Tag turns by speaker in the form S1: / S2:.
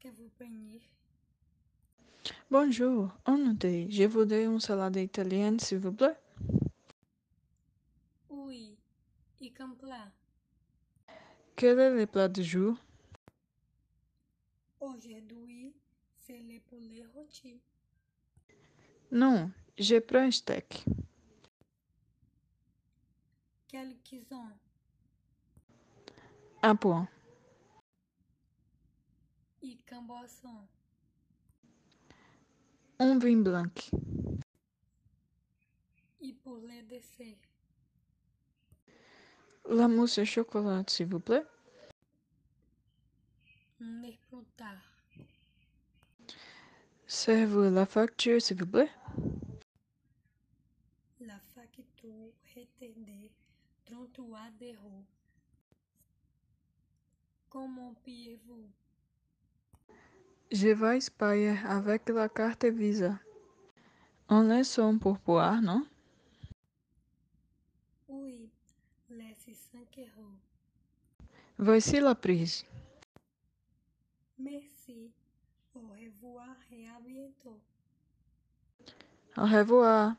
S1: que vous bénisse.
S2: Bonjour, on dit, je voudrais une salade italienne, s'il vous plaît.
S1: Oui, et qu'un plat.
S2: Quel est le plat du jour?
S1: Aujourd'hui, c'est le poulet rôti.
S2: Non, je prends un steak.
S1: Quelques-uns.
S2: Un point.
S1: E qu'un boisson.
S2: Um vinho blanc.
S1: E pour le dessert.
S2: La mousse au chocolat, s'il vous plaît.
S1: Les frutas.
S2: Serve la facture, s'il vous plaît.
S1: La facture était de 33 euros. Comment payez-vous?
S2: Je vais payer avec la carte Visa. On est son pour boire, non?
S1: Oui, les 5 euros.
S2: Voici la prise.
S1: Merci. Au revoir et à bientôt.
S2: Au revoir.